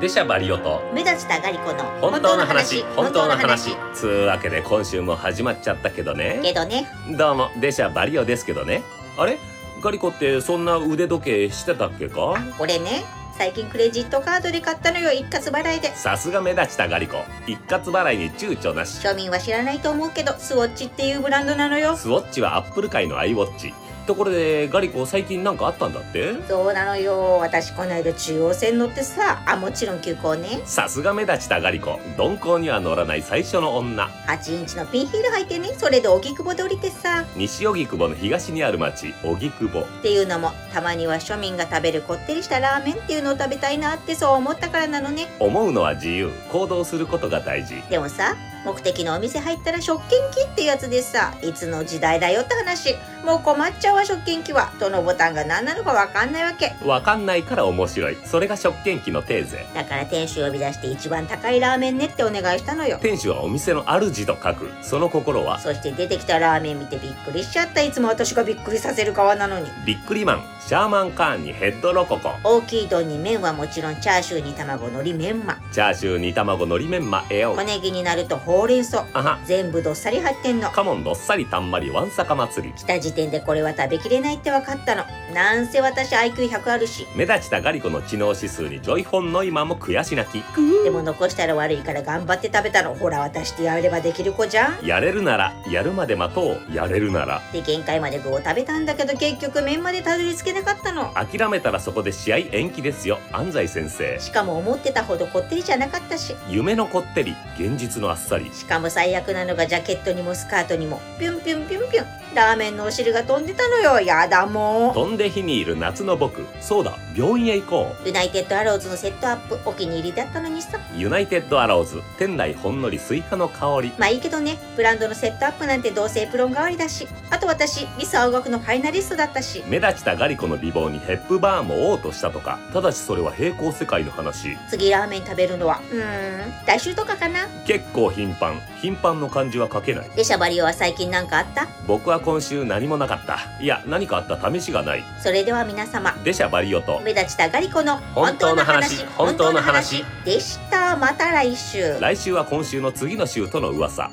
デシャバリオと目立ちたがりこの本当の話本当の話つうわけで今週も始まっちゃったけどけねどねどうもデシャバリオですけどねあれガリコってそんな腕時計してたっけかあこれね最近クレジットカードで買ったのよ一括払いでさすが目立ちたガリコ一括払いに躊躇なし庶民は知らないと思うけどスウォッチっていうブランドなのよスウォッチはアップル界のアイウォッチところでガリコ最近なんかあったんだってそうなのよ私この間中央線乗ってさあもちろん急行ねさすが目立ちたガリコ鈍行には乗らない最初の女8インチのピンヒール履いてねそれで荻窪で降りてさ西荻窪の東にある町荻窪っていうのもたまには庶民が食べるこってりしたラーメンっていうのを食べたいなってそう思ったからなのね思うのは自由行動することが大事でもさ目的のお店入ったら食券機ってやつでさいつの時代だよって話もう困っちゃうわ食券機はどのボタンが何なのかわかんないわけわかんないから面白いそれが食券機のテーゼだから店主呼び出して一番高いラーメンねってお願いしたのよ店主はお店の主と書くその心はそして出てきたラーメン見てびっくりしちゃったいつも私がびっくりさせる側なのにビックリマンシャーマンカーンにヘッドロココ大きい丼に麺はもちろんチャーシューに卵のりメンマチャーシュー煮卵のりメンマエオ小ネギになるとほうれん草あは全部どっさり入ってんのカモンどっさりたんまりわんさか祭り来た時点でこれは食べきれないって分かったのなんせ私 IQ100 あるし目立ちたガリコの知能指数にジョイホンの今も悔し泣きでも残したら悪いから頑張って食べたのほら私ってやればできる子じゃんやれるならやるまで待とうやれるならで限界まで具を食べたんだけど結局麺までたどり着けなかったの諦めたらそこで試合延期ですよ安西先生しかも思ってたほどこってりじゃなかったし夢のこってり現実のあっさりしかも最悪なのがジャケットにもスカートにもピュンピュンピュンピュンラーメンのお汁が飛んでたのよやだもう飛んで火にいる夏の僕そうだ病院へ行こうユナイテッドアローズのセットアップお気に入りだったのにさユナイテッドアローズ店内ほんのりスイカの香りまあいいけどねブランドのセットアップなんてどうせエプロン代わりだしあと私ミス青学のファイナリストだったし目立ちたガリコの美貌にヘップバーンも嘔吐したとかただしそれは平行世界の話次ラーメン食べるのはうーん来週とかかな結構頻繁頻繁の漢字は書けないでシャバリオは最近なんかあった僕は今週何もなかったいや何かあった試しがないそれでは皆様デシャバリオと目立ちたがりこの本当の話本当の話でしたまた来週来週は今週の次の週との噂